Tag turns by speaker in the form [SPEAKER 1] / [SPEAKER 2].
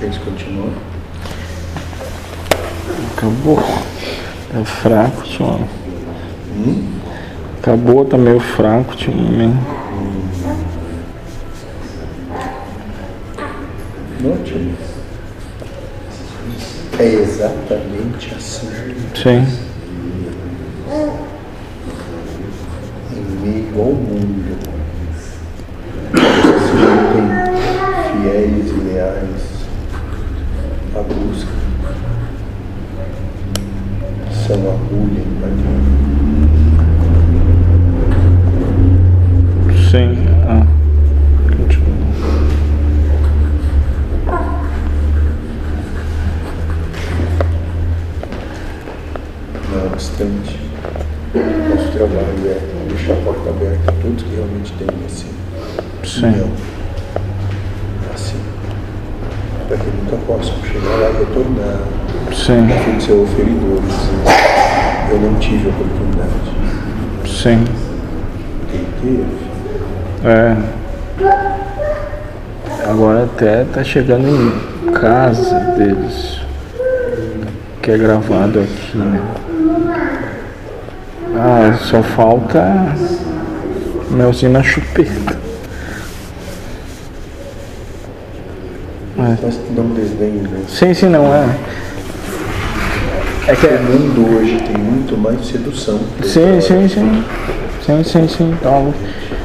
[SPEAKER 1] Eles continuam.
[SPEAKER 2] Acabou. É fraco, tio. Acabou, tá meio fraco, né? tio. mesmo.
[SPEAKER 1] Ótimo. É exatamente assim.
[SPEAKER 2] Sim.
[SPEAKER 1] Inimigo ao mundo. Se mantém fiéis e leais à busca. São agulha invadindo.
[SPEAKER 2] Sim. Ah. Continua.
[SPEAKER 1] Não obstante, nosso trabalho é deixar a porta aberta a todos que realmente têm assim.
[SPEAKER 2] Sim.
[SPEAKER 1] Assim. Para que nunca possam chegar lá e retornar
[SPEAKER 2] Sim.
[SPEAKER 1] na frente de seu oferidor. e dizer, Eu não tive oportunidade.
[SPEAKER 2] Sim.
[SPEAKER 1] Quem teve?
[SPEAKER 2] É. Agora até tá chegando em casa deles. Que é gravado aqui, né? Ah, só falta melzinho na chupeta. É.
[SPEAKER 1] Nós não desdenhos. né?
[SPEAKER 2] Sim, sim, não é. É que
[SPEAKER 1] O
[SPEAKER 2] é.
[SPEAKER 1] mundo hoje tem muito mais sedução.
[SPEAKER 2] Sim, sim, sim. Sim, sim, sim. Então,